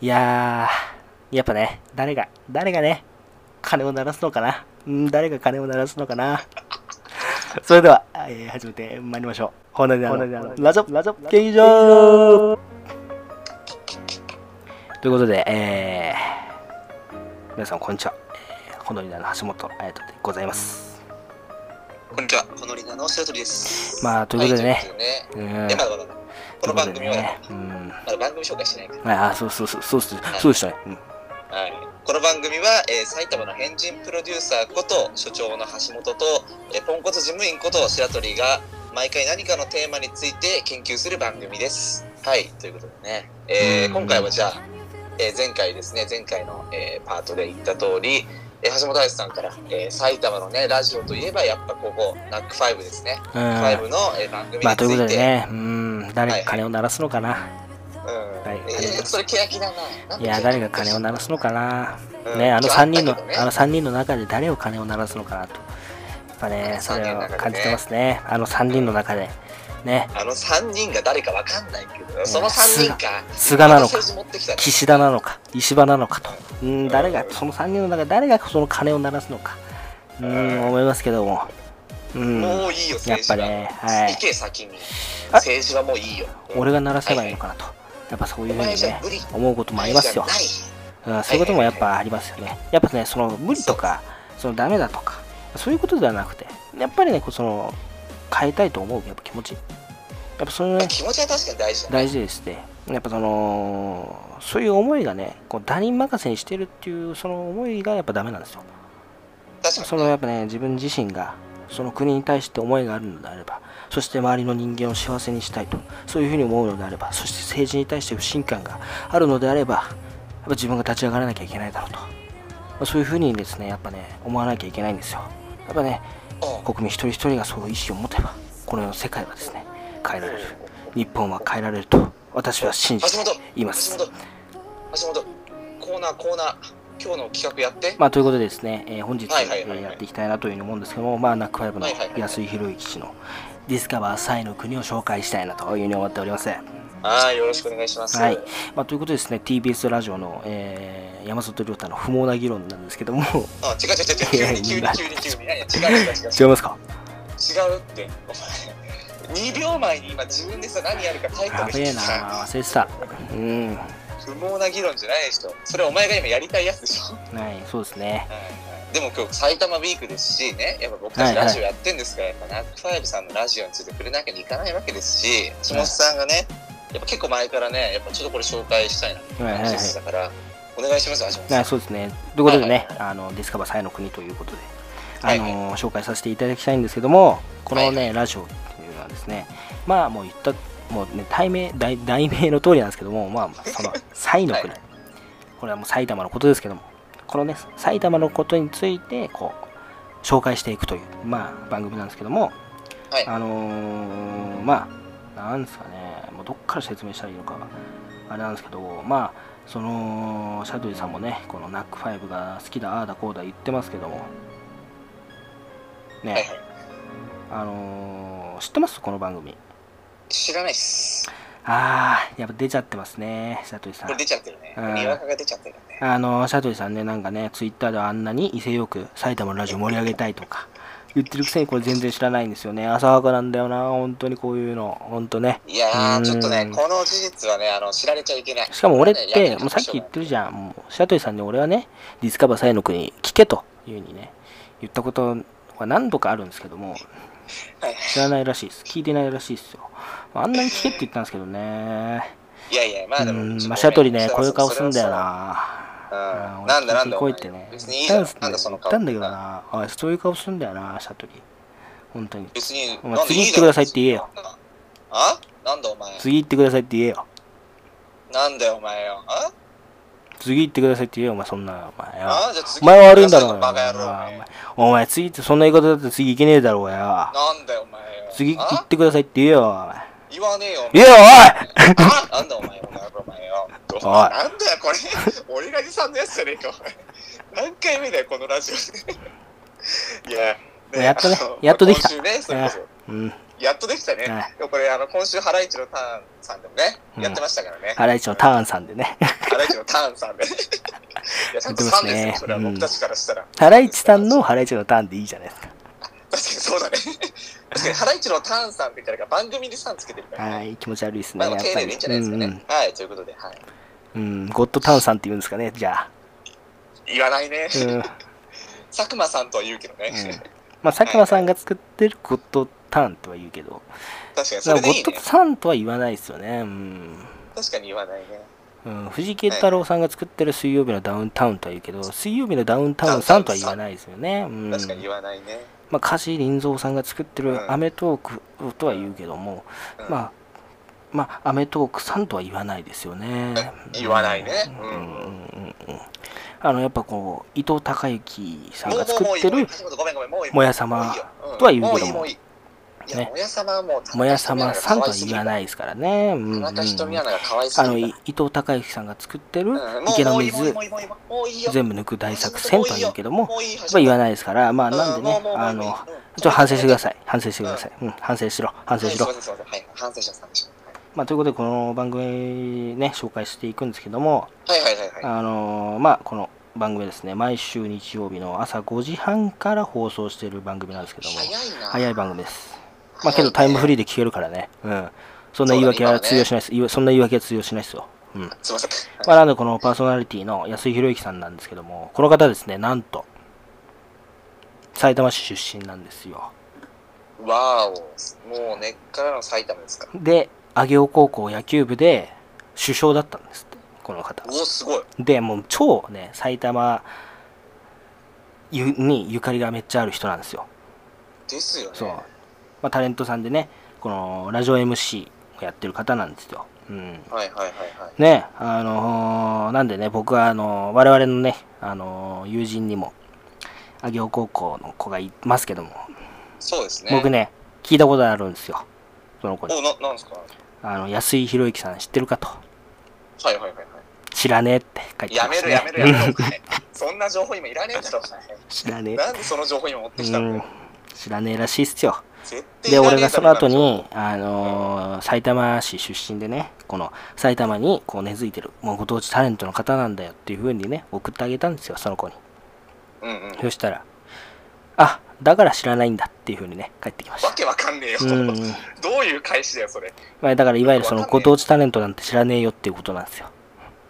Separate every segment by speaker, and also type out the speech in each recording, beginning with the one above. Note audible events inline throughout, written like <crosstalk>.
Speaker 1: いやー、やっぱね、誰が、誰がね、鐘を鳴らすのかな。うん、誰が鐘を鳴らすのかな。それでは、えー始めてまいりましょう。ホナデアのラジオ、ラジオ、劇場ということで、えー、皆さんこんにちは。えーホノリナの橋本彩人でございます。
Speaker 2: こんにちは、ホノリナの白鳥です。
Speaker 1: まあということでね
Speaker 2: はいということでね
Speaker 1: うん。
Speaker 2: いや、まだまだまだ。この番組は、
Speaker 1: うん。
Speaker 2: まだ番組紹介してないか
Speaker 1: はい、あ、そうそうそう、そうっすそうでしたね。うん。
Speaker 2: ら。はい。この番組は、えー埼玉の変人プロデューサーこと、所長の橋本と、えーポンコツ事務員こと白鳥が、毎回何かのテーマについて研究する番組です。はい。ということでね。え
Speaker 1: う
Speaker 2: ー
Speaker 1: ん
Speaker 2: 今回はじゃあ、えー前回ですね、前回の、えーパートで言った通り、えー橋本愛さんから、えー埼玉のね、ラジオといえば、やっぱここ、ナックファイブですね。ファイ
Speaker 1: う
Speaker 2: ブの、えー番組につい
Speaker 1: ん。
Speaker 2: て、
Speaker 1: まあということでね、うん、誰が鐘を鳴らすのかな。
Speaker 2: うん
Speaker 1: はい
Speaker 2: えー、それ欅だな。
Speaker 1: いや、誰が鐘を鳴らすのかな。ね、
Speaker 2: うん
Speaker 1: あの3人の、
Speaker 2: ちょっとあったけどね
Speaker 1: あの3人の中で誰を鐘を鳴らすのかなと。やっぱね、それを感じてますね。あの3人の中で。ね、
Speaker 2: あの3人が誰かわかんないけど、その3人か。
Speaker 1: 菅なのか
Speaker 2: また、政治持ってきたね
Speaker 1: 岸田なのか、石破なのかと。うん、誰が、その3人の中で誰がその鐘を鳴らすのか。うん、思いますけども。うん。
Speaker 2: もういいよ、
Speaker 1: やっ
Speaker 2: 政治
Speaker 1: ぱ
Speaker 2: は。
Speaker 1: ね、はい
Speaker 2: 行。け、先に。
Speaker 1: あ
Speaker 2: 政治はもういいよ。
Speaker 1: 俺が鳴らせばいいのかなと。やっぱそういうふう
Speaker 2: お
Speaker 1: に
Speaker 2: 前じゃ
Speaker 1: ね
Speaker 2: 無理。
Speaker 1: 思うこともありますよ
Speaker 2: お。前じ
Speaker 1: うん、そういうこともやっぱありますよね。やっぱね、その無理とか、そのダメだとか、そういうことではなくて、やっぱりね、こうその変えたいと思うやっぱ気持ち、やっぱそれ
Speaker 2: ゃな
Speaker 1: ね
Speaker 2: い。、気持ちは確かに大事だ。
Speaker 1: 大事ですね。やっぱその、そういう思いがね、こう他人任せにしてるっていう、その思いがやっぱダメなんですよ。
Speaker 2: 確かに。
Speaker 1: そのやっぱね、自分自身が、その国に対して思いがあるのであれば、そして周りの人間を幸せにしたいと、そういうふうに思うのであれば、そして政治に対して不信感があるのであれば、やっぱ自分が立ち上がらなきゃいけないだろうと、まあそういうふうにですね、やっぱね、思わなきゃいけないんですよ。やっぱね、
Speaker 2: うん
Speaker 1: 国民一人一人がそういう意識を持てば、この世の世界はですね、変えられる。日本は変えられると、私は信じ
Speaker 2: 橋本
Speaker 1: ています。
Speaker 2: 橋本、橋本、コーナー、コーナー、今日の企画やって。
Speaker 1: まあ、ということでですね、えー本日、
Speaker 2: はいはいはいはい
Speaker 1: えーやっていきたいなというふうに思うんですけども、まあ、ナックファイブの
Speaker 2: はいはいはい
Speaker 1: 安井宏之氏のディスカバーサイの国を紹介したいなというふうに思っております。は
Speaker 2: はい、よろしくお願いします。
Speaker 1: いまあ、ということでですね、TBS ラジオの、えー山里亮太の不毛な議論なんですけども、 <laughs>
Speaker 2: あ、違う違う違う、急に急に急に急に。いやいや、違う
Speaker 1: 違
Speaker 2: 違う違う。
Speaker 1: いますか
Speaker 2: 違うってお前2秒前に今自分でさ何やるかタイト
Speaker 1: や
Speaker 2: ル
Speaker 1: べえな、
Speaker 2: さ
Speaker 1: 忘れてた。うん、は
Speaker 2: 不毛な議論じゃないでしょそれお前が今やりたいやつでしょ、
Speaker 1: い、そうですね。
Speaker 2: でも今日埼玉ウィークですしねやっぱ僕た
Speaker 1: はい
Speaker 2: ち
Speaker 1: はい
Speaker 2: ラジオやってんですから、やっぱナックファイブさんのラジオについて触れなきゃいかないわけですし下本さんがねやっぱ結構前からねやっぱちょっとこれ紹介したいなって
Speaker 1: はいはい
Speaker 2: 話
Speaker 1: は
Speaker 2: で
Speaker 1: い。
Speaker 2: したから、お願いします橋本
Speaker 1: は
Speaker 2: さん
Speaker 1: い、そうですね。ということでね、
Speaker 2: はい
Speaker 1: あのディスカバーサイの国ということで、あ
Speaker 2: はい
Speaker 1: の
Speaker 2: はい
Speaker 1: 紹介させていただきたいんですけども、このね、
Speaker 2: は
Speaker 1: ラジオっていうのはですね、まあもう言った、もうね、題名、題題名の通りなんですけども、まあまあ、
Speaker 2: <laughs>
Speaker 1: その、サイの国、
Speaker 2: はい
Speaker 1: これはもう埼玉のことですけども、このね、埼玉のことについて、こう、紹介していくという、まあ、番組なんですけども、
Speaker 2: はい
Speaker 1: あのーまあ、なんですかね、もうどっから説明したらいいのか、あれなんですけど、まあ、そのシャドウさんもねこのナックファイブが好きだああだこうだ言ってますけどもね、
Speaker 2: はいはい
Speaker 1: あのー知ってますこの番組
Speaker 2: 知らないっす
Speaker 1: ああやっぱ出ちゃってますねシャドウさ
Speaker 2: これ
Speaker 1: ん
Speaker 2: 出ちゃってるね
Speaker 1: うん
Speaker 2: にわかが出ちゃってるね
Speaker 1: あのーシャドウさんねなんかねツイッターではあんなに威勢よく埼玉のラジオ盛り上げたいとか言ってるくせにこれ全然知らないんですよね浅はかなんだよな本当にこういうの本当ね
Speaker 2: いや
Speaker 1: うん
Speaker 2: ーちょっとねこの事実はねあの知られちゃいけない
Speaker 1: しかも俺っ
Speaker 2: ねやめ
Speaker 1: て、
Speaker 2: とき
Speaker 1: もうさ
Speaker 2: ま
Speaker 1: っ
Speaker 2: しょ
Speaker 1: き
Speaker 2: う
Speaker 1: 言ってるじゃん、もう白鳥さんに俺はね、ディスカバーサイの国に聞けというふうにね、言ったことは何度かあるんですけども、
Speaker 2: はい
Speaker 1: 知らないらしいです。聞いてないらしいですよ。まああんなに聞けって言ったんですけどね。
Speaker 2: いやいや、まあ
Speaker 1: う
Speaker 2: でも、
Speaker 1: ん、
Speaker 2: ちょ
Speaker 1: ま
Speaker 2: っとご
Speaker 1: あ、
Speaker 2: めん
Speaker 1: シャトリね、
Speaker 2: そ
Speaker 1: こういう顔
Speaker 2: そ
Speaker 1: す
Speaker 2: れ
Speaker 1: ん
Speaker 2: は
Speaker 1: だよ
Speaker 2: そう
Speaker 1: な。
Speaker 2: うんなんだな
Speaker 1: 聞い
Speaker 2: んだ
Speaker 1: てこいって
Speaker 2: お
Speaker 1: ね。
Speaker 2: 前別にいい
Speaker 1: 言ったん
Speaker 2: だろ
Speaker 1: すけど
Speaker 2: なんだその
Speaker 1: 言
Speaker 2: 顔
Speaker 1: ったんだけどな。おい、そういう顔すんだよな、シャトリ。本当に。
Speaker 2: 別に、
Speaker 1: お前
Speaker 2: なんで
Speaker 1: 次行
Speaker 2: い
Speaker 1: って
Speaker 2: いだ
Speaker 1: く
Speaker 2: ろ
Speaker 1: ださいって言えよ。
Speaker 2: あなんだお前。
Speaker 1: 次行ってくださいって言えよ。
Speaker 2: なんだよお前よ。あ
Speaker 1: 次行ってくださいって言えよ、お前、そんなの、お前よ。
Speaker 2: あじゃあ次
Speaker 1: お前は悪いんだろうよ。
Speaker 2: バカ野郎お前
Speaker 1: お前お前、次ってそんな言い方だったら次行けねえだろうよ。
Speaker 2: なんだよお前よ。
Speaker 1: 次行
Speaker 2: あ
Speaker 1: ってくださいって言えよ。お前
Speaker 2: 言わねえ
Speaker 1: <laughs>
Speaker 2: よ。お前
Speaker 1: 言えよ、
Speaker 2: あなんだお前よ、バカ野郎お前よ。
Speaker 1: い
Speaker 2: なんだよ、これ。俺がじさんのやつじゃねえか、お前。何回目だよ、このラジオで。いや。
Speaker 1: <laughs> やっとね
Speaker 2: あの
Speaker 1: やっとできた
Speaker 2: 今週ね、それこそ
Speaker 1: おいうん。
Speaker 2: やっとできたね。
Speaker 1: はい
Speaker 2: でもこれ、あの、今週、ハライチのターンさんでもね、
Speaker 1: うん
Speaker 2: やってましたからね。
Speaker 1: ハライチのターンさんでね。 <laughs>
Speaker 2: ハライチのターンさんで。いや、ちゃんと
Speaker 1: やってます
Speaker 2: 3
Speaker 1: ね
Speaker 2: ですよ。それは
Speaker 1: うん
Speaker 2: 僕たちからしたら。
Speaker 1: ハライチさんのハライチのターンでいいじゃないですか。
Speaker 2: 確かにそうだね。確かに、ハライチのターンさんって言ったら、番組でさんつけてるからね。
Speaker 1: はい、気持ち悪いですね。
Speaker 2: まあ、
Speaker 1: や
Speaker 2: まあ
Speaker 1: っ
Speaker 2: 丁
Speaker 1: ぱり
Speaker 2: 寧でいいんじゃないですかね。
Speaker 1: うん
Speaker 2: はい、ということで、はい。
Speaker 1: うん、うんゴッドターンさんって言うんですかね、じゃあ。
Speaker 2: 言わないね。
Speaker 1: うん。うん
Speaker 2: 佐久間さんとは言うけどね。
Speaker 1: まあ、佐久間さんが作ってるゴッドターンとは言うけど、
Speaker 2: 確かに、そ
Speaker 1: まあ
Speaker 2: れで
Speaker 1: ゴ
Speaker 2: い
Speaker 1: ッ
Speaker 2: い
Speaker 1: ド
Speaker 2: ね。
Speaker 1: ターンとは言わないですよね。うん。
Speaker 2: 確かに言わないね。
Speaker 1: うん、藤井慶太郎さんが作ってる水曜日のダウンタウンとは言うけど、水曜日のダウンタウンさんとは言わないですよね。うん、
Speaker 2: 確かに言わないね。
Speaker 1: まあ、梶林蔵さんが作って
Speaker 2: う
Speaker 1: る
Speaker 2: ん
Speaker 1: アメトークとは言うけども、
Speaker 2: うん
Speaker 1: まあ、まあ、アメトークさんとは言わないですよね。
Speaker 2: 言わないね
Speaker 1: う
Speaker 2: うんん
Speaker 1: うんうんうん。あの、やっぱこう、伊藤孝之さん
Speaker 2: も
Speaker 1: が
Speaker 2: うも
Speaker 1: 作
Speaker 2: う
Speaker 1: っ
Speaker 2: もういい
Speaker 1: て
Speaker 2: もういい
Speaker 1: る
Speaker 2: 橋本ごめんごめんもういい
Speaker 1: もやさま
Speaker 2: もういいよん
Speaker 1: とは言うけども
Speaker 2: もういいもういいいや
Speaker 1: ね
Speaker 2: もやさまはもう
Speaker 1: もやさまさんとは言わ
Speaker 2: い
Speaker 1: ないですからね。うんうん
Speaker 2: 田中瞳アナがかわいす
Speaker 1: あ
Speaker 2: ぎ
Speaker 1: の、
Speaker 2: る
Speaker 1: い伊藤孝之さんが作ってる
Speaker 2: うんも
Speaker 1: 池
Speaker 2: う
Speaker 1: の
Speaker 2: もういいもうい
Speaker 1: 水
Speaker 2: いもういいもういいもういいよ
Speaker 1: 全部抜く大作戦とは言うけども、
Speaker 2: もういい橋
Speaker 1: やっぱ言わ
Speaker 2: ない
Speaker 1: ないですから、まあなんでね、あの、ちょっと反省してください。反省してください。うん、反省しろ。反省しろ
Speaker 2: はい。すいませんすいませんはい反省します反省します
Speaker 1: まあ、ということで、この番組ね、紹介していくんですけども、
Speaker 2: はいはいはいはいはい
Speaker 1: あのーまあ、この番組はですね、毎週日曜日の朝5時半から放送している番組なんですけども、
Speaker 2: 早いな
Speaker 1: 早い番組です。まあ、けどタイムフリーで聞けるからね、うん。そんな言い訳は通用しないです。いわそんな言い訳は通用しないですよ。うん。
Speaker 2: すいません
Speaker 1: まあ、なんでこのパーソナリティの安井博之さんなんですけども、この方ですね、なんと、埼玉市出身なんですよ。
Speaker 2: わーおもう根っからの埼玉ですか
Speaker 1: で、上尾高校野球部で首相だったんですって、この方
Speaker 2: お。すごい
Speaker 1: で、もう超ね、埼玉ゆにゆかりがめっちゃある人なんですよ。
Speaker 2: ですよね
Speaker 1: そう。まあ、タレントさんでね、このラジオ MC をやってる方なんですよ。うん。
Speaker 2: はいはいはいはい
Speaker 1: ね、あのーなんでね、僕はあのー我々のね、あのー友人にも、上尾高校の子がいますけども、
Speaker 2: そうですね
Speaker 1: 僕ね、聞いたことあるんですよ。その子に。
Speaker 2: おななんですかは
Speaker 1: あの、安井博之さん知ってるかと。
Speaker 2: いはいはいはい
Speaker 1: 知らねえって書いて
Speaker 2: や
Speaker 1: ま
Speaker 2: め
Speaker 1: す
Speaker 2: ろ
Speaker 1: ね
Speaker 2: やめろやめろ。お前そんな情報今いらねえだろ。
Speaker 1: 知らね
Speaker 2: なんでその情報今持っ
Speaker 1: え。
Speaker 2: てきた
Speaker 1: う
Speaker 2: の
Speaker 1: ん。知らねえらしいっすよ。
Speaker 2: 絶対い
Speaker 1: で、
Speaker 2: らねえだろ
Speaker 1: 俺がその後。に、あのー埼玉市出身でね、この埼玉にこう根付いてる、もうご当地タレントの方なんだよっていう風にね、送ってあげたんですよ、その子に。
Speaker 2: うんうん。
Speaker 1: そしたら、あ、だから知らないんだっていう風にね、帰ってきまし
Speaker 2: わ
Speaker 1: た。
Speaker 2: けわかんねえよ。
Speaker 1: う
Speaker 2: ど
Speaker 1: んうん。
Speaker 2: ういう返しだよ、それ。
Speaker 1: まあ、だから、いわゆるその
Speaker 2: わかん
Speaker 1: ご
Speaker 2: ねえ
Speaker 1: 当地タレントなんて知らねえよっていうことなんですよ。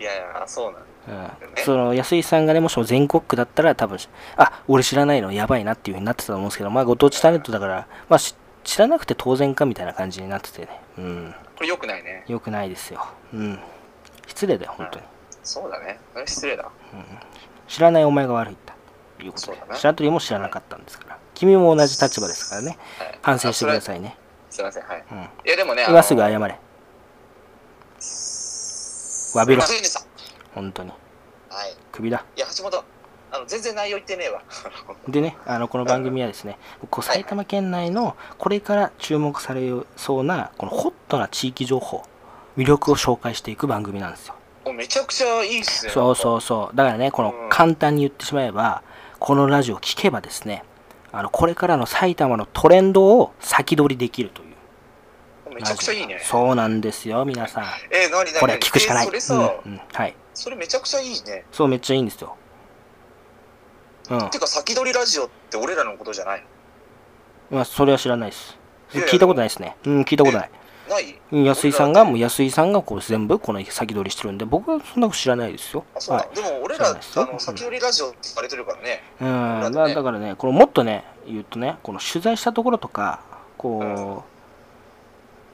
Speaker 2: いやいや、そうなんだ。
Speaker 1: うん
Speaker 2: え
Speaker 1: その安井さんがね、もしも全国区だったら、多分あ俺知らないの、やばいなっていうふうになってたと思うんですけど、まあ、ご当地タレントだから、まあ、し知らなくて当然かみたいな感じになっててね、うん、
Speaker 2: これ良くないね。
Speaker 1: よくないですよ、うん、失礼だよ、本当に、
Speaker 2: そうだね。それ失礼だ。
Speaker 1: 知らないお前が悪いっていうことで
Speaker 2: そうだ、ね
Speaker 1: 白鳥も知らなかったんですから、君も同じ立場ですからね、
Speaker 2: はい
Speaker 1: 反省してくださ
Speaker 2: い。
Speaker 1: いね、
Speaker 2: すいません、はい。
Speaker 1: うん、
Speaker 2: いや、でもね、
Speaker 1: 今すぐ謝
Speaker 2: れ。
Speaker 1: れ、
Speaker 2: す
Speaker 1: 詫びろ
Speaker 2: すいませんでした
Speaker 1: 本当に、
Speaker 2: はい。
Speaker 1: クビだ。
Speaker 2: いや、橋本、あの、全然内容言ってねえわ。 <laughs>
Speaker 1: でね、あのこの番組はですね、こう埼玉県内のこれから注目されそうな、このホットな地域情報、魅力を紹介していく番組なんですよ。
Speaker 2: もうめちゃくちゃいいっすね。
Speaker 1: そう
Speaker 2: う。
Speaker 1: そうそう。だからね、この
Speaker 2: うん
Speaker 1: 簡単に言ってしまえば、このラジオを聴けばですね、あのこれからの埼玉のトレンドを先取りできるという
Speaker 2: め
Speaker 1: ラジオ。
Speaker 2: ちゃくちゃいいね。
Speaker 1: そうなんですよ、皆さん。
Speaker 2: えー、なになに
Speaker 1: これは聞くしかない。
Speaker 2: それさ、
Speaker 1: うんうん、はい。
Speaker 2: それめちゃくちゃいいね。
Speaker 1: そう、めっちゃいいんですよ。うん
Speaker 2: て。か、先取りラジオって俺らのことじゃない
Speaker 1: まあ、それは知らないです。
Speaker 2: いやいや
Speaker 1: 聞いたことないですね。うん、聞いたことない。
Speaker 2: のない
Speaker 1: 安井さんが、もう
Speaker 2: う
Speaker 1: 安井さんがこう全部この先取りしてるんで、僕はそんなこと知らないですよ。
Speaker 2: そうだ、
Speaker 1: い。
Speaker 2: でも俺
Speaker 1: そ
Speaker 2: ら
Speaker 1: う
Speaker 2: あ
Speaker 1: なんですよ
Speaker 2: の先取りラジオってされてるからね、
Speaker 1: うん、
Speaker 2: だって
Speaker 1: だ
Speaker 2: ね
Speaker 1: だからね、これもっとね、言うとね、この取材したところとか、こ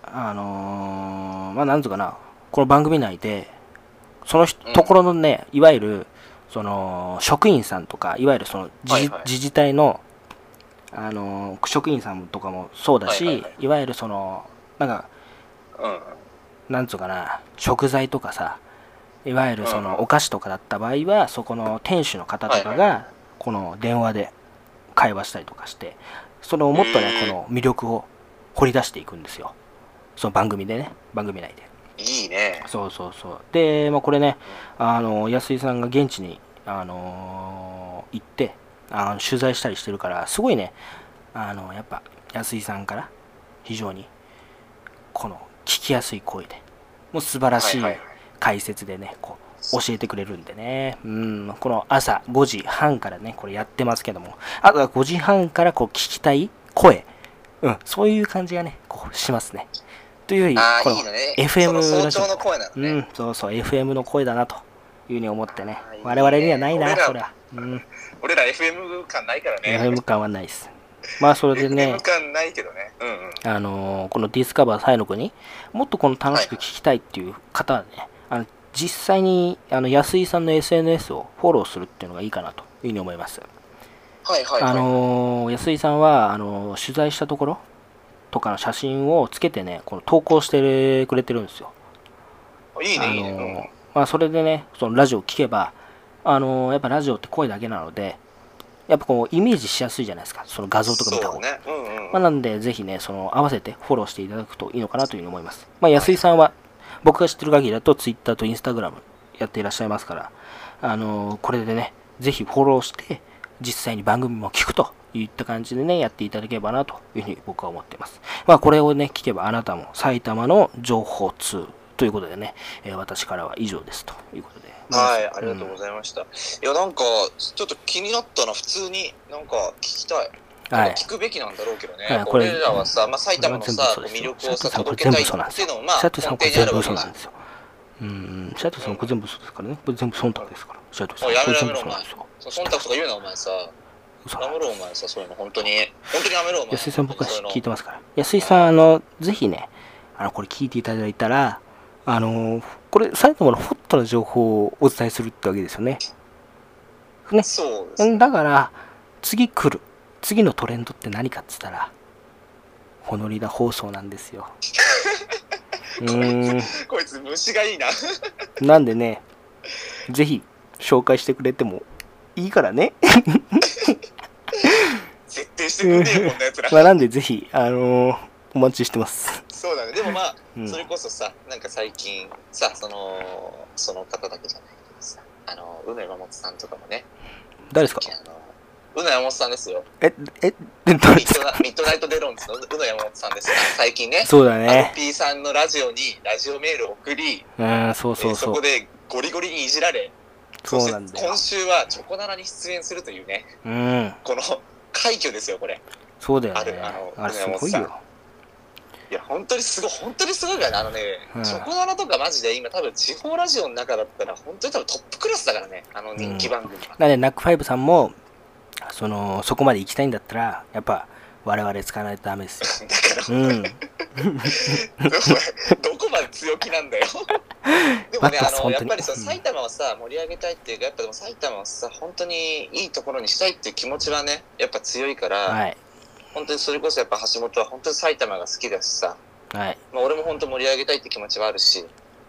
Speaker 1: う、あのーまあ、なんつうかな、この番組内で、そのひ
Speaker 2: うん
Speaker 1: ところのね、いわゆる、その、職員さんとか、いわゆるその自,、
Speaker 2: はいはい
Speaker 1: 自治体の、あのー職員さんとかもそうだし、
Speaker 2: はい
Speaker 1: い
Speaker 2: はいはい
Speaker 1: わゆるその、なんか、
Speaker 2: うん、
Speaker 1: なんつうかな食材とかさいわゆるそ
Speaker 2: うん
Speaker 1: の
Speaker 2: うん
Speaker 1: お菓子とかだった場合はそこの店主の方とか
Speaker 2: はいは
Speaker 1: がこの電話で会話したりとかしてそのもっとね
Speaker 2: へ
Speaker 1: こ
Speaker 2: ー
Speaker 1: の魅力を掘り出していくんですよその番組でね番組内で
Speaker 2: いいね
Speaker 1: そうそうそうで、まあ、これねあの安井さんが現地にあのー行ってあの取材したりしてるからすごいねあのやっぱ安井さんから非常にこの聞きやすい声でもう素晴らしい
Speaker 2: はいはいはい
Speaker 1: 解説でねこう教えてくれるんでねうんこの朝5時半からねこれやってますけどもあとは5時半からこう聞きたい声うんそういう感じがねこうしますねというより
Speaker 2: あ
Speaker 1: こ
Speaker 2: あ、
Speaker 1: の
Speaker 2: いいのね。
Speaker 1: FM
Speaker 2: その
Speaker 1: ラジオ
Speaker 2: 早朝の声なの
Speaker 1: う
Speaker 2: ね。
Speaker 1: ん、そうそう、FM の声だなというふうに思ってね
Speaker 2: あーいい、ね
Speaker 1: 我々にはないな、
Speaker 2: 俺ら
Speaker 1: それは。うん、
Speaker 2: 俺ら FM 感ないからね。
Speaker 1: FM 感はないです。まあ、それでね
Speaker 2: FM、感ないけどね。うんうん。
Speaker 1: あのーこのディスカバーサイの国、もっとこの楽しく聞きたいっていう方はね、あの実際にあの安井さんの SNS をフォローするっていうのがいいかなというふうに思います。
Speaker 2: はいはいはい。
Speaker 1: あのー安井さんはあのー取材したところとかの写真をつけてね、この投稿してくれてるんですよ。
Speaker 2: いい
Speaker 1: あの
Speaker 2: ね、いいね。
Speaker 1: まあ、それでねそのラジオを聞けば、あのやっぱラジオって声だけなのでやっぱこうイメージしやすいじゃないですかその画像とか見た
Speaker 2: そ
Speaker 1: 方
Speaker 2: う
Speaker 1: が、
Speaker 2: ね。うんうん。
Speaker 1: まあ、なんでぜひねその合わせてフォローしていただくといいのかなというふうに思います、まあ、安井さんは僕が知ってる限りだと Twitter と Instagram やっていらっしゃいますから、あのこれでねぜひフォローして実際に番組も聞くといった感じでねやっていただければなというふうに僕は思っていますまあこれをね聞けばあなたも埼玉の情報通ということでね、えー私からは以上ですということで
Speaker 2: はい、ありがとう
Speaker 1: ざ
Speaker 2: ご
Speaker 1: い
Speaker 2: ざいました。いや、なんか、ちょっと気になったな、普通に、なんか聞きたい。
Speaker 1: は
Speaker 2: なん
Speaker 1: い
Speaker 2: か聞くべきなんだろうけどね。
Speaker 1: はいこれ
Speaker 2: 俺らはさ、まあ、埼玉のさ、
Speaker 1: こ
Speaker 2: こ
Speaker 1: れは
Speaker 2: う魅
Speaker 1: 全部
Speaker 2: 力
Speaker 1: そ
Speaker 2: を
Speaker 1: うですよ
Speaker 2: さ、
Speaker 1: シャープ
Speaker 2: 届
Speaker 1: さん
Speaker 2: け
Speaker 1: こ
Speaker 2: たい
Speaker 1: れ全部
Speaker 2: っ
Speaker 1: そうなんです
Speaker 2: てい
Speaker 1: よ
Speaker 2: うのも、まあ、
Speaker 1: シャ
Speaker 2: 根
Speaker 1: トさんこ
Speaker 2: 底
Speaker 1: れ
Speaker 2: に
Speaker 1: 全部嘘なんで。すよ。うん、シャトさんこれ全
Speaker 2: あるわけじゃん
Speaker 1: 部嘘ですからね。これ全部忖度ですから。シャトさん
Speaker 2: おい
Speaker 1: こ
Speaker 2: やめ
Speaker 1: れ
Speaker 2: ろ
Speaker 1: 全
Speaker 2: やめ
Speaker 1: 部嘘な
Speaker 2: ろ
Speaker 1: んですよ。
Speaker 2: そう忖度とか言うな、お前さ。
Speaker 1: 嘘
Speaker 2: やめろ、お前さ、そういうの、本当に。本当にやめろ、お前。
Speaker 1: 安井さん僕は
Speaker 2: そういうの
Speaker 1: 聞いてますから。安井さん、あの、ぜひね、あの、これ聞いていただいたら、あの、これ、埼玉のホットな情報をお伝えするってわけですよね。
Speaker 2: そうです
Speaker 1: う
Speaker 2: ね。
Speaker 1: んだから、次来る、次のトレンドって何かっつったら、ホノリダ放送なんです
Speaker 2: <laughs>
Speaker 1: よ。うーん。
Speaker 2: こいつ、虫がいいな。
Speaker 1: なんでね、ぜひ紹介してくれてもいいからね。 <laughs>
Speaker 2: 絶対してくんねえよ、こんなやつら。
Speaker 1: まあ、なんでぜひ、あのーお待ちしてます。
Speaker 2: そうだね。でもまあ、
Speaker 1: うん
Speaker 2: それこそさ、なんか最近、さ、その、その方だけじゃないけどさ、あの、うめまもつさんとかもね、
Speaker 1: 誰ですか
Speaker 2: あの、うのやもつさんですよ。
Speaker 1: え、え、誰
Speaker 2: ミ
Speaker 1: です
Speaker 2: ッ
Speaker 1: か
Speaker 2: ドナミッドナイトデロンズのうのやもつさんですよ。最近ね、
Speaker 1: そうだ
Speaker 2: あ
Speaker 1: ね
Speaker 2: の。P さんのラジオにラジオメールを送り、
Speaker 1: うん、そうそ
Speaker 2: えー
Speaker 1: うそ
Speaker 2: こ
Speaker 1: う。
Speaker 2: でゴリゴリにいじられ、
Speaker 1: そうなんだ
Speaker 2: そして
Speaker 1: よ
Speaker 2: 今。週はチョコナラに出演するというね、
Speaker 1: うん、
Speaker 2: この快挙ですよ、これ。
Speaker 1: そうだよね。
Speaker 2: あるあの
Speaker 1: あれすごい
Speaker 2: 宮
Speaker 1: よ。
Speaker 2: いや、本当にすごい、本当にすごいからね、あのね、
Speaker 1: うん
Speaker 2: チョコナラとかマジで今多分地方ラジオの中だったら、本当に多分トップクラスだからね、あの人気番組は。
Speaker 1: なんで、ナックファイブさんも、その、そこまで行きたいんだったら、やっぱ、我々使わないとダメです
Speaker 2: <laughs> だから、
Speaker 1: よ。うん。
Speaker 2: お前 <laughs> どこまで強気なん
Speaker 1: <laughs>
Speaker 2: だよ。でも
Speaker 1: バ
Speaker 2: ね、
Speaker 1: ッタ
Speaker 2: あ
Speaker 1: ス
Speaker 2: の、
Speaker 1: 本
Speaker 2: や
Speaker 1: 当
Speaker 2: っ
Speaker 1: に
Speaker 2: ぱりその
Speaker 1: うん
Speaker 2: 埼玉をさ、盛り上げたいっていうか、やっぱでも埼玉をさ、本当にいいところにしたいっていう気持ちはね、やっぱ強いから、
Speaker 1: はい。
Speaker 2: 本当にそれこそやっぱ橋本は本当に埼玉が好きだしさ、
Speaker 1: はい。
Speaker 2: まあ、俺も本当盛り上げたいって気持ちはあるし、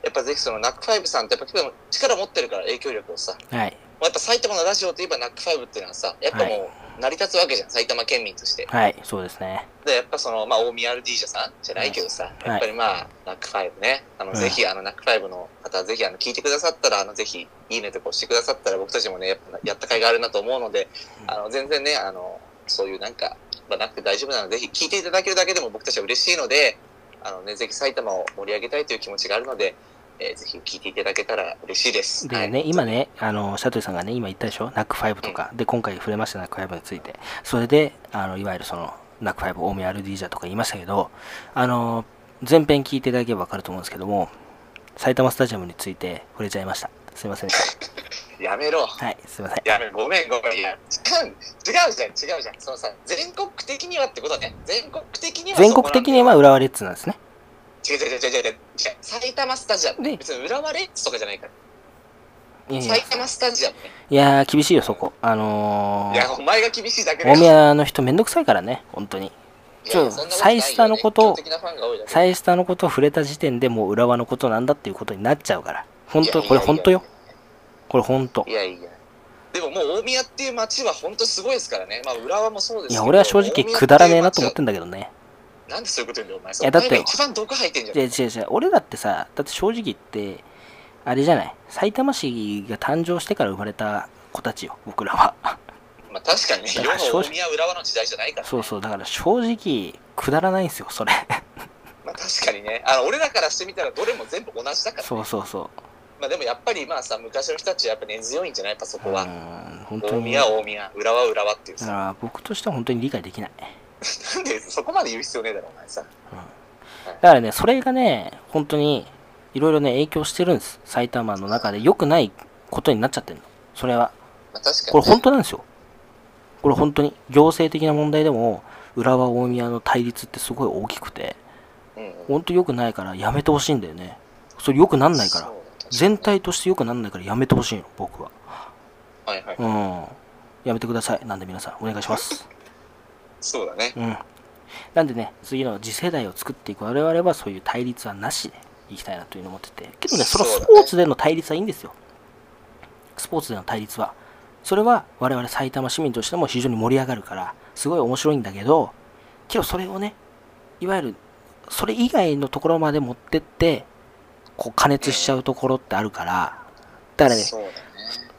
Speaker 2: やっぱぜひそのナックファイブさんってやっぱ結構力持ってるから影響力をさ、
Speaker 1: はい。
Speaker 2: まあやっぱ埼玉のラジオといえばナックファイブっていうのはさ、やっぱ
Speaker 1: は
Speaker 2: もう成り立つわけじゃん、埼玉県民として。
Speaker 1: はい。そうですね。
Speaker 2: で、やっぱその、まあ、大宮 RD 社さんじゃないけどさ、
Speaker 1: い
Speaker 2: やっぱりまあ、ナックファイブね、あの、
Speaker 1: うん
Speaker 2: ぜひ、あの、ナックファイブの方、ぜひ、あの、聞いてくださったら、あの、ぜひ、いいねとか押してくださったら、僕たちもね、やっぱ、やった甲斐があるなと思うので、
Speaker 1: うん
Speaker 2: あの、全然ね、あの、そういうなんか、まあ、なくて大丈夫なので、ぜひ、聞いていただけるだけでも僕たちは嬉しいので、あのね、ぜひ埼玉を盛り上げたいという気持ちがあるので、えーぜひ聞いていただけたら嬉しいです。は
Speaker 1: で
Speaker 2: い
Speaker 1: ね、今ね、あの、シャトルさんがね、今言ったでしょ、ナック5とか、で、今回触れました、ナック5について。それで、あの、いわゆるその、ナック5、大宮 RD じゃとか言いましたけど、あの、前編聞いていただければわかると思うんですけども、埼玉スタジアムについて触れちゃいました。すいませんでし
Speaker 2: やめろ。
Speaker 1: た。はい、すいません。
Speaker 2: いや、ごめんごめん。いや、違う、違うじゃん、違うじゃん。そのさ、全国的にはってことね。全国的には。
Speaker 1: 全国的には浦和レッズなんですね。
Speaker 2: そこなんだよ。違う違う違う違う違う。埼玉スタジアム。
Speaker 1: ね
Speaker 2: 別に浦和レッズとかじゃないから。
Speaker 1: いやいや
Speaker 2: 埼玉スタジアムね。
Speaker 1: いやー厳しいよ、そこ。あの
Speaker 2: い
Speaker 1: ー
Speaker 2: や、お前が厳しいだけだ
Speaker 1: 大
Speaker 2: よ。
Speaker 1: 宮の人めんどくさいからね、本当に。
Speaker 2: いやいや
Speaker 1: ちょ
Speaker 2: そんなこと
Speaker 1: サイスタのことを
Speaker 2: ないよ熱狂的なファンが多いだけ
Speaker 1: サイスターのことを触れた時点でもう浦和のことなんだっていうことになっちゃうから。本当、これ本当よ。。これ本当
Speaker 2: い。やいやいや。でももう大宮っていう街は本当すごいですからね。まあ浦和もそうです
Speaker 1: い
Speaker 2: けど
Speaker 1: や、俺は正直くだらねえなと思ってんだけどね。
Speaker 2: なんでそういうこと言うんだよ、お前。
Speaker 1: いやだって
Speaker 2: お前が一番毒吐いてんじゃん
Speaker 1: い。や違う違う、俺だってさ、だって正直言って、
Speaker 2: <laughs>
Speaker 1: あれじゃない、埼玉市が誕生してから生まれた子たちよ、僕らは。
Speaker 2: まあ確かにね、世
Speaker 1: だ
Speaker 2: の
Speaker 1: から正直
Speaker 2: 大宮浦和の時代じゃないから、ね。
Speaker 1: そうそうだから正直くだらないんですよ
Speaker 2: <laughs>
Speaker 1: それ
Speaker 2: まあ確かにね、あの俺らからしてみたらどれも全部同じだから、
Speaker 1: そうそうそ
Speaker 2: まあでもやっぱりまあさ、昔の人たちはやっぱ根強いんじゃないやっぱそう
Speaker 1: う
Speaker 2: こは。
Speaker 1: ん本当
Speaker 2: 大
Speaker 1: に
Speaker 2: 宮、
Speaker 1: だ
Speaker 2: 大宮、浦和、浦和っていうさ
Speaker 1: か。ら僕としては本当に理解できない
Speaker 2: なんでそこまで言う必要ねえだろ、お前さ。
Speaker 1: だからね、それがね、本当に、いろいろね、影響してるんです。埼玉の中で良くないことになっちゃってるの。それは。
Speaker 2: まあ確か
Speaker 1: これ
Speaker 2: に、ね
Speaker 1: 本。当なんですよ。これ本当に。行政的な問題でも、浦和大宮の対立ってすごい大きくて、
Speaker 2: うんうん
Speaker 1: 本当良くないからやめてほしいんだよね。それ良くなんないから
Speaker 2: そう。だ確かに
Speaker 1: 全体として良くなんないからやめてほしいの、僕は。
Speaker 2: はいはい。
Speaker 1: うん。やめてください。なんで皆さん、お願いします。
Speaker 2: そうだね。
Speaker 1: うん。なんでね、次の次世代を作っていく我々はそういう対立はなしでいきたいなというのを思ってて、けどね、その
Speaker 2: そうだ
Speaker 1: ス
Speaker 2: ね
Speaker 1: ポーツでの対立はいいんですよ。スポーツでの対立は。それは我々埼玉市民としても非常に盛り上がるから、すごい面白いんだけど、けどそれをね、いわゆる、それ以外のところまで持ってって、こう加熱しちゃうところってあるから、だからね、
Speaker 2: そうだね。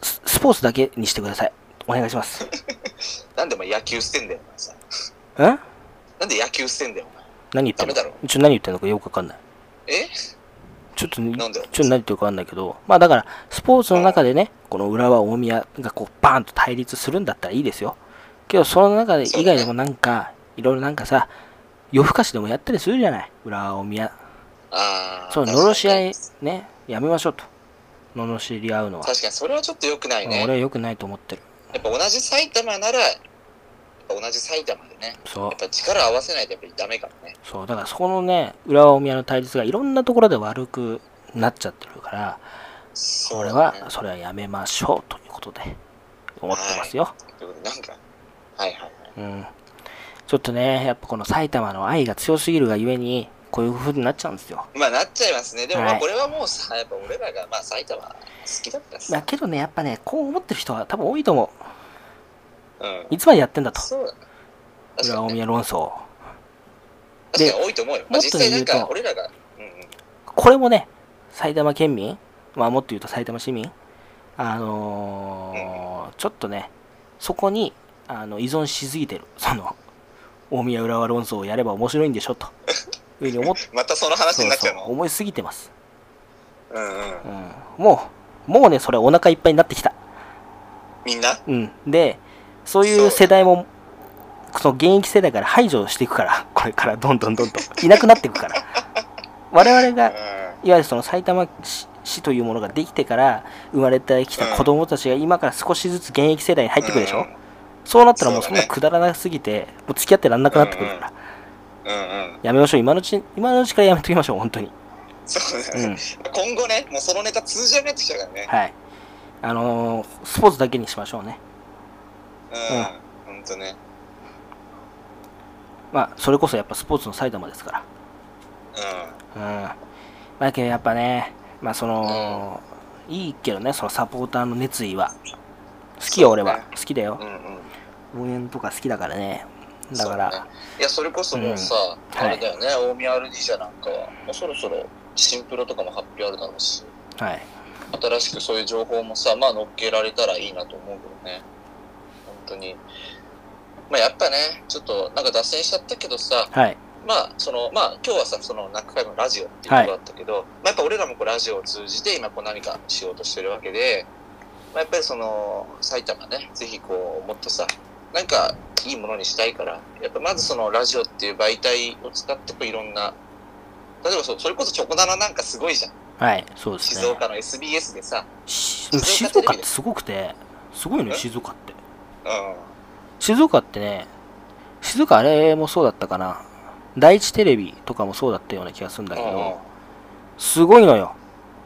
Speaker 1: ススポーツだけにしてください。お願いし
Speaker 2: <laughs>
Speaker 1: ます。
Speaker 2: なんでお前野球捨てんだよ、お前さ。
Speaker 1: ん
Speaker 2: なんで野球捨てんだよ、お前。
Speaker 1: 何言ってんの
Speaker 2: ダメだろ
Speaker 1: ちょ、何言ってんのかよくわかんない。
Speaker 2: え
Speaker 1: ちょっとね、
Speaker 2: なんだよ
Speaker 1: ちょっと何言ってるかわかんないけど、まあだから、スポーツの中でね、この浦和、大宮がこう、バーンと対立するんだったらいいですよ。けど、その中で、
Speaker 2: そう
Speaker 1: 以
Speaker 2: だね
Speaker 1: 外でもなんか、いろいろなんかさ、夜更かしでもやったりするじゃない。浦和、大宮。
Speaker 2: ああ。
Speaker 1: そう、の
Speaker 2: 確かに
Speaker 1: ろし合い、ね、やめましょうと。ののしり合うのは。
Speaker 2: 確かに、それはちょっと良くない
Speaker 1: うん
Speaker 2: ね。
Speaker 1: 俺は良くないと思ってる。
Speaker 2: やっぱ同じ埼玉なら、やっぱ同じ埼玉でね、
Speaker 1: そう
Speaker 2: やっ。ぱ力合わせないとやっぱりダメからね。
Speaker 1: そうだからそこのね浦和大宮の対立がいろんなところで悪くなっちゃってるから
Speaker 2: そ
Speaker 1: これ
Speaker 2: うだ
Speaker 1: は
Speaker 2: ね
Speaker 1: それはやめましょうということで思ってますよ、
Speaker 2: ということで、なんか、はいはいはい。
Speaker 1: うんちょっとねやっぱこの埼玉の愛が強すぎるがゆえにこういう風になっちゃうんですよ
Speaker 2: まあなっちゃいますね。でもま
Speaker 1: は
Speaker 2: あ
Speaker 1: い
Speaker 2: これはもうさ、やっぱ俺らが、まあ埼玉好きだったし
Speaker 1: だ
Speaker 2: さ。
Speaker 1: けどねやっぱねこう思ってる人は多分多いと思
Speaker 2: うん
Speaker 1: う。いつまでやってんだと
Speaker 2: そうだね。確
Speaker 1: 浦
Speaker 2: か
Speaker 1: 和大
Speaker 2: にね、
Speaker 1: 宮論争
Speaker 2: 確かに多いと思うよ。まあ
Speaker 1: もっと
Speaker 2: 実
Speaker 1: ね
Speaker 2: 際なん
Speaker 1: 言う
Speaker 2: か
Speaker 1: と
Speaker 2: 俺らが、うんうん。
Speaker 1: これもね埼玉県民まあもっと言うと埼玉市民あのーちょっとねそこにあの依存しすぎてるその大宮浦和論争をやれば面白いんでしょ
Speaker 2: <laughs>
Speaker 1: というふうに思って
Speaker 2: またその話
Speaker 1: そ
Speaker 2: に
Speaker 1: う
Speaker 2: なっち
Speaker 1: そ
Speaker 2: ゃ
Speaker 1: う
Speaker 2: うの
Speaker 1: 思いすぎてます、
Speaker 2: うんうん
Speaker 1: う。ん、もうもうねそれお腹いっぱいになってきた、
Speaker 2: みんな
Speaker 1: うん、でそう
Speaker 2: そう
Speaker 1: い
Speaker 2: だ
Speaker 1: う世代もその現役世代から排除していくから <laughs> これからどんどんどんどんいなくなっていくから我々
Speaker 2: う
Speaker 1: が
Speaker 2: ん。
Speaker 1: いわゆるその埼玉市市というものができてから生まれてきた子供たちが今から少しずつ現役世代に入ってくるでしょ、
Speaker 2: うん
Speaker 1: そうなったらもう
Speaker 2: そ
Speaker 1: そう
Speaker 2: だ
Speaker 1: ん
Speaker 2: ね
Speaker 1: なくだらなすぎて、もう付き合ってらんなくなってくるから、
Speaker 2: うんうん。
Speaker 1: やめましょう今のうち今のうちからやめときましょう本当に
Speaker 2: そうだ
Speaker 1: う
Speaker 2: ね
Speaker 1: ん。
Speaker 2: 今後ね、もうそのネタ通じなくなってきちゃうからね。
Speaker 1: はいあのースポーツだけにしましょうね
Speaker 2: うん。ほんとね。
Speaker 1: まあそれこそやっぱスポーツの埼玉ですから
Speaker 2: う
Speaker 1: うんまあだけどやっぱねまあその、いいけどねそのサポーターの熱意は好きよ
Speaker 2: そう
Speaker 1: 俺
Speaker 2: だね
Speaker 1: は、好きだよ
Speaker 2: ん。うんうん。
Speaker 1: 応援とか好きだからねだから
Speaker 2: そうねいやそれこそもうさ、
Speaker 1: うんはい
Speaker 2: あれだよね、大宮アルディージャなんかはもうそろそろ新プロとかも発表あるだろうし
Speaker 1: はい
Speaker 2: 新しくそういう情報もさまあ乗っけられたらいいなと思うけどね本当にまあやっぱねちょっとなんか脱線しちゃったけどさ
Speaker 1: はい
Speaker 2: まあそのまあ今日はさその中回のラジオっていうことだったけど、まあやっぱ俺らもこうラジオを通じて今こう何かしようとしてるわけで、まあ、やっぱりその埼玉ねぜひこうもっとさなんかいいものにしたいからやっぱまずそのラジオっていう媒体を使ってこういろんな例えばそうそれこそチョコナナなんかすごいじゃん
Speaker 1: はい、そうですね。
Speaker 2: 静岡の SBS でさ、
Speaker 1: し
Speaker 2: 静岡
Speaker 1: 静
Speaker 2: テレ
Speaker 1: 岡
Speaker 2: ビ
Speaker 1: っ
Speaker 2: で
Speaker 1: てすごくて、すごいのよ、
Speaker 2: え
Speaker 1: 静岡って。
Speaker 2: う
Speaker 1: 静岡ってね、静岡あれもそうだったかな。第一テレビとかもそうだったような気がするんだけ
Speaker 2: んうん
Speaker 1: ど、すごいのよ、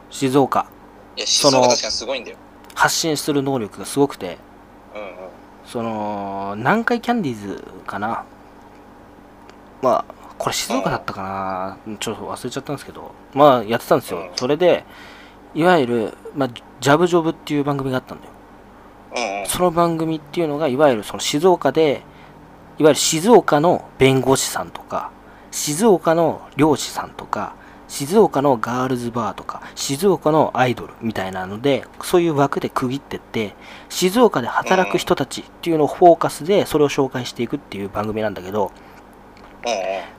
Speaker 1: 静岡。
Speaker 2: いや静岡確かにすごいんだよ、
Speaker 1: 発信する能力がすごくて、
Speaker 2: うんうん、
Speaker 1: その、南海キャンディーズかな。まあ、これ静岡だったかな。ちょっと忘れちゃったんですけど、まあ、やってたんですよ
Speaker 2: う。ん
Speaker 1: それで、いわゆる、まあ、ジャブジョブっていう番組があったんだよ。
Speaker 2: うんうん
Speaker 1: その番組っていうのがいわゆるその静岡でいわゆる静岡の弁護士さんとか静岡の漁師さんとか静岡のガールズバーとか静岡のアイドルみたいなのでそういう枠で区切ってって静岡で働く人たちっていうのをフォーカスでそれを紹介していくっていう番組なんだけど
Speaker 2: うんうん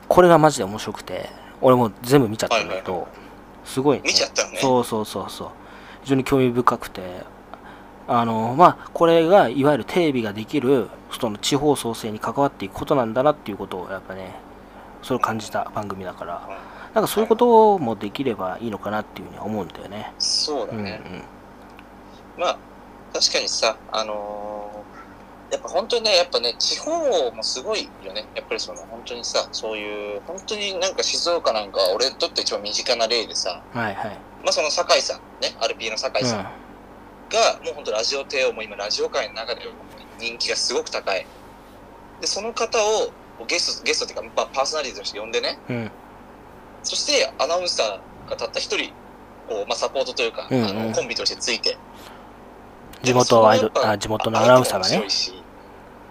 Speaker 1: これがマジで面白くて俺もう全部見ちゃったんだけどすごいね
Speaker 2: 見ちゃったのね
Speaker 1: そうそうそうそう非常に興味深くてあのまあこれがいわゆるテレビができるその地方創生に関わっていくことなんだなっていうことをやっぱねそれを感じた番組だから
Speaker 2: うん
Speaker 1: なんかそういうこともできればいいのかなっていうふうには思うんだよね
Speaker 2: そうだ
Speaker 1: うんうん
Speaker 2: ね、まあ確かにさあのーやっぱ本当にねやっぱね地方もすごいよねやっぱりその本当にさそういう本当になんか静岡なんかは俺にとって一番身近な例でさ
Speaker 1: はいはい
Speaker 2: まあその酒井さんね RP の酒井さんが、もう本当ラジオ帝王も今ラジオ界の中で人気がすごく高いでその方をゲストゲストっていうか、まあ、パーソナリティとして呼んでね
Speaker 1: うんうん
Speaker 2: そしてアナウンサーがたった一人こう、まあ、サポートというか、
Speaker 1: うんうん
Speaker 2: あのコンビとしてついて
Speaker 1: 地元アイドルあ地元のアナウンサーが
Speaker 2: 相手
Speaker 1: ね
Speaker 2: も強いし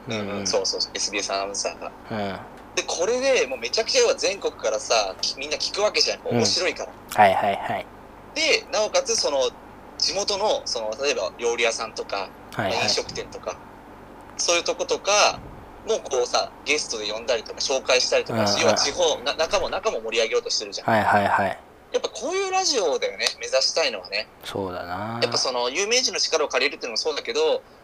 Speaker 1: う
Speaker 2: うんん
Speaker 1: うん
Speaker 2: そうそう SBS アナウンサーが
Speaker 1: うんはい
Speaker 2: でこれでもうめちゃくちゃは全国からさきみんな聞くわけじゃん
Speaker 1: ん
Speaker 2: 面白いから、
Speaker 1: はいはい
Speaker 2: でなおかつその地元のその例えば料理屋さんとか、
Speaker 1: はいは
Speaker 2: 飲食店とかそういうとことかもうこうさゲストで呼んだりとか紹介したりとか
Speaker 1: う
Speaker 2: し
Speaker 1: ん
Speaker 2: 要は地方な中も中も盛り上げようとしてるじゃん、
Speaker 1: いはいはいはい
Speaker 2: やっぱこういうラジオだよね目指したいのはね
Speaker 1: そうだな
Speaker 2: やっぱその有名人の力を借りるっていうのもそうだけど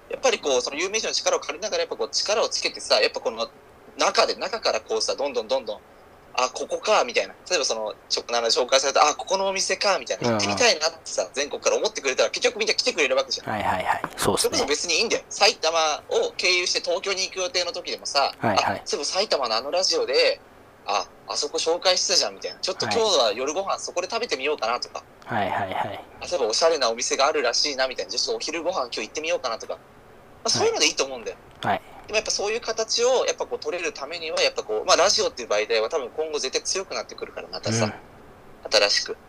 Speaker 2: やっぱりこうその有名人の力を借りながらやっぱこう力をつけてさやっぱこの中で中からこうさどんどんどんどんあここかみたいな例えばそのちょあの紹介されたあここのお店かみたいな
Speaker 1: うんう
Speaker 2: 行
Speaker 1: ん
Speaker 2: ってみたいなってさ全国から思ってくれたら結局みんな来てくれるわけじゃん。
Speaker 1: はいはいはいそうで
Speaker 2: そ
Speaker 1: す
Speaker 2: れこそ
Speaker 1: ね
Speaker 2: 別にいいんだよ埼玉を経由して東京に行く予定の時でもさ、
Speaker 1: はいはい
Speaker 2: あそういえば埼玉のあのラジオでああそこ紹介してたじゃんみたいなちょっと今日は夜ご飯そこで食べてみようかなとか、
Speaker 1: はいはいはい
Speaker 2: 例えばおしゃれなお店があるらしいなみたいな、ちょっとお昼ご飯今日行ってみようかなとか、まあ、そういうのでいいと思うんだよ。
Speaker 1: はい
Speaker 2: でもやっぱそういう形をやっぱこう取れるためには、やっぱこう、まあラジオっていう媒体は多分今後絶対強くなってくるから、またさ、新しく。
Speaker 1: うんうん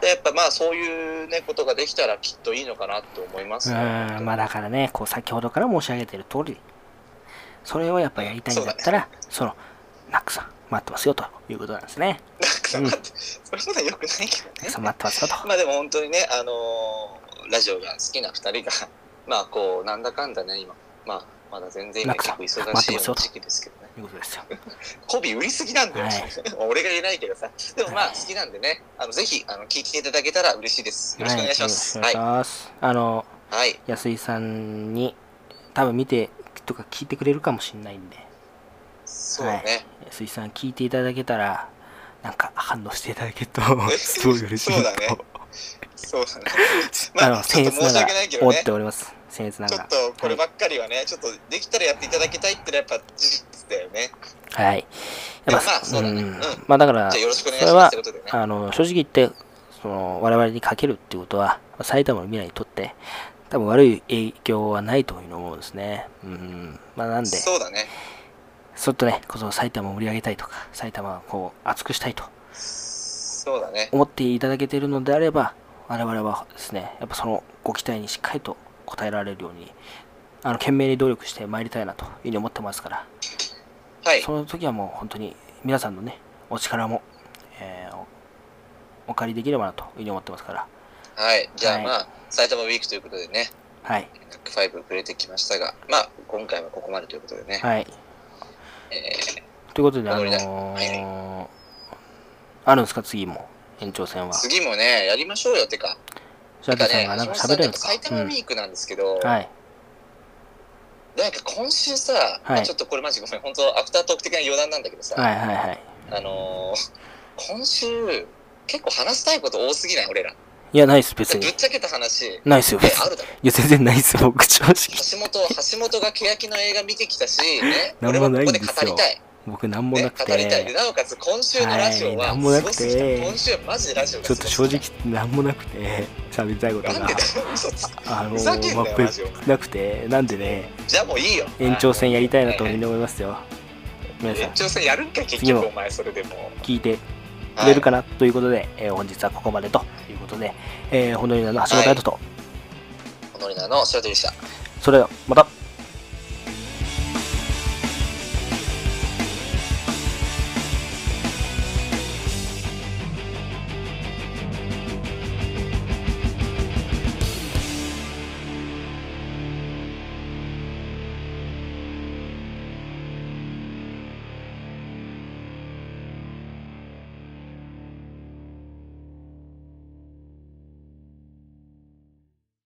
Speaker 2: で、やっぱまあそういうね、ことができたらきっといいのかなと思います
Speaker 1: う
Speaker 2: ね、
Speaker 1: んまあだからねこう先ほどから申し上げてる通りそれをやっぱやりたいんだったらそ,、のナックさん待ってますよということなんですね
Speaker 2: なんかさ、
Speaker 1: うん
Speaker 2: 待って <laughs> それまだ良くないけ
Speaker 1: ナッ
Speaker 2: どね
Speaker 1: ク。さん待ってますよと
Speaker 2: まあでも本当にね、あのーラジオが好きな2人が、 <laughs> まあこう、なんだかんだね、今、まあまだ全然今結構忙しいような時期ですけどね。
Speaker 1: いうことですよ
Speaker 2: コビ売りすぎなんだよ、 <laughs>
Speaker 1: はい
Speaker 2: 俺が言えないけどさでもまあ好きなんでねあのぜひあの聞いていただけたら嬉しいですよろしくお願いします
Speaker 1: は、
Speaker 2: はいい
Speaker 1: よろしくお
Speaker 2: はい、
Speaker 1: 願いしますあの安井さんに多分見てとか聞いてくれるかもしれないんで
Speaker 2: そうだね、
Speaker 1: 安井さん聞いていただけたらなんか反応していただけると <laughs> すごい嬉しい
Speaker 2: <laughs> そう
Speaker 1: な
Speaker 2: だ
Speaker 1: と、
Speaker 2: ねそうだねま
Speaker 1: あ
Speaker 2: あ
Speaker 1: の
Speaker 2: ち
Speaker 1: 僭
Speaker 2: ょっと
Speaker 1: 越
Speaker 2: 申
Speaker 1: な
Speaker 2: し
Speaker 1: が
Speaker 2: 訳ないけ
Speaker 1: ら
Speaker 2: ど
Speaker 1: 思っ
Speaker 2: ね
Speaker 1: ております僭越な
Speaker 2: ち
Speaker 1: が
Speaker 2: ょっ
Speaker 1: ら
Speaker 2: とこればっかりはねちょっとできたらやっていただきたいってのはやっぱ事実だよね
Speaker 1: はい。
Speaker 2: でも
Speaker 1: やっぱ
Speaker 2: まあそうだね
Speaker 1: ん
Speaker 2: うん
Speaker 1: まあだから、
Speaker 2: じゃあよろしくお願い
Speaker 1: そ
Speaker 2: し
Speaker 1: れ
Speaker 2: ま
Speaker 1: は
Speaker 2: すということでね
Speaker 1: あの正直言って、その我々にかけるっていうことは、埼玉の未来にとって、多分悪い影響はないというふうに思うんですね。うん。まあなんで、
Speaker 2: そうだね
Speaker 1: ちょっとね、こそ埼玉を盛り上げたいとか、埼玉をこう熱くしたいと
Speaker 2: そうだね
Speaker 1: 思っていただけているのであれば、我々はですね、やっぱそのご期待にしっかりと応えられるように、あの懸命に努力してまいりたいなというふうに思ってますから、
Speaker 2: はい
Speaker 1: その時はもう本当に皆さんのね、お力も、えーおお借りできればなというふうに思ってますから、
Speaker 2: はいじゃあ
Speaker 1: はい
Speaker 2: まあ埼玉ウィークということでね
Speaker 1: はい、
Speaker 2: ナックファイブ触れてきましたがまあ今回はここまでということでね、
Speaker 1: はい。
Speaker 2: えー
Speaker 1: ということで、あの
Speaker 2: 戻りな
Speaker 1: ー
Speaker 2: はい
Speaker 1: あるんですか、次も、延長戦は。
Speaker 2: 次もねやりましょうよてか
Speaker 1: 白田さんがなんか喋れるとか
Speaker 2: 埼。玉ウィークなんですけど、
Speaker 1: うんはい、
Speaker 2: なんか今週さ、
Speaker 1: はい
Speaker 2: まあちょっとこれマジごめん、本当アフタートーク的な余談なんだけどさ、
Speaker 1: はい、はい、はい。
Speaker 2: あのー今週、結構話したいこと多すぎない、俺ら。
Speaker 1: いや、ないっす、別
Speaker 2: ぶ
Speaker 1: に
Speaker 2: っ。ちゃけた話、
Speaker 1: ないっすよ、
Speaker 2: え
Speaker 1: 別に。
Speaker 2: あるだろ。
Speaker 1: いや、全然ないっす、僕、正直。
Speaker 2: 橋本、橋本が欅の映画見てきたし、ね、
Speaker 1: なん
Speaker 2: 俺
Speaker 1: も
Speaker 2: はこ
Speaker 1: ない
Speaker 2: こ
Speaker 1: ん
Speaker 2: で
Speaker 1: で
Speaker 2: 語
Speaker 1: す
Speaker 2: り
Speaker 1: よ
Speaker 2: たい。
Speaker 1: 僕、なんも
Speaker 2: ね、
Speaker 1: なく
Speaker 2: 語りたい。で、
Speaker 1: て、
Speaker 2: なおかつ今週のラジオ
Speaker 1: はいな
Speaker 2: は、
Speaker 1: んもなくて
Speaker 2: すごすぎた今週はマジでラジオが
Speaker 1: ちょっと
Speaker 2: す
Speaker 1: 正
Speaker 2: ごすぎ
Speaker 1: 直、なんもなくて、喋りたいこと
Speaker 2: たなん
Speaker 1: が
Speaker 2: で、だよ、嘘つく
Speaker 1: あの
Speaker 2: ふざけ
Speaker 1: ー、
Speaker 2: ん
Speaker 1: ま
Speaker 2: な
Speaker 1: あ
Speaker 2: よ、
Speaker 1: べ
Speaker 2: ラジオ。
Speaker 1: なくて、なんでね、
Speaker 2: じゃあもういいよ。
Speaker 1: 延長戦やりたいなと
Speaker 2: は
Speaker 1: いうふ
Speaker 2: いう
Speaker 1: に思いますよ。皆さ
Speaker 2: 延
Speaker 1: ん、
Speaker 2: 長戦やるんか、結
Speaker 1: 次も
Speaker 2: 局お前、それでも。
Speaker 1: 聞いてく
Speaker 2: はい
Speaker 1: れるかなということで、えー本日はここまでということで、えー、ほのりなの橋本大斗と、
Speaker 2: ホノリナの白鳥でした。
Speaker 1: それではまた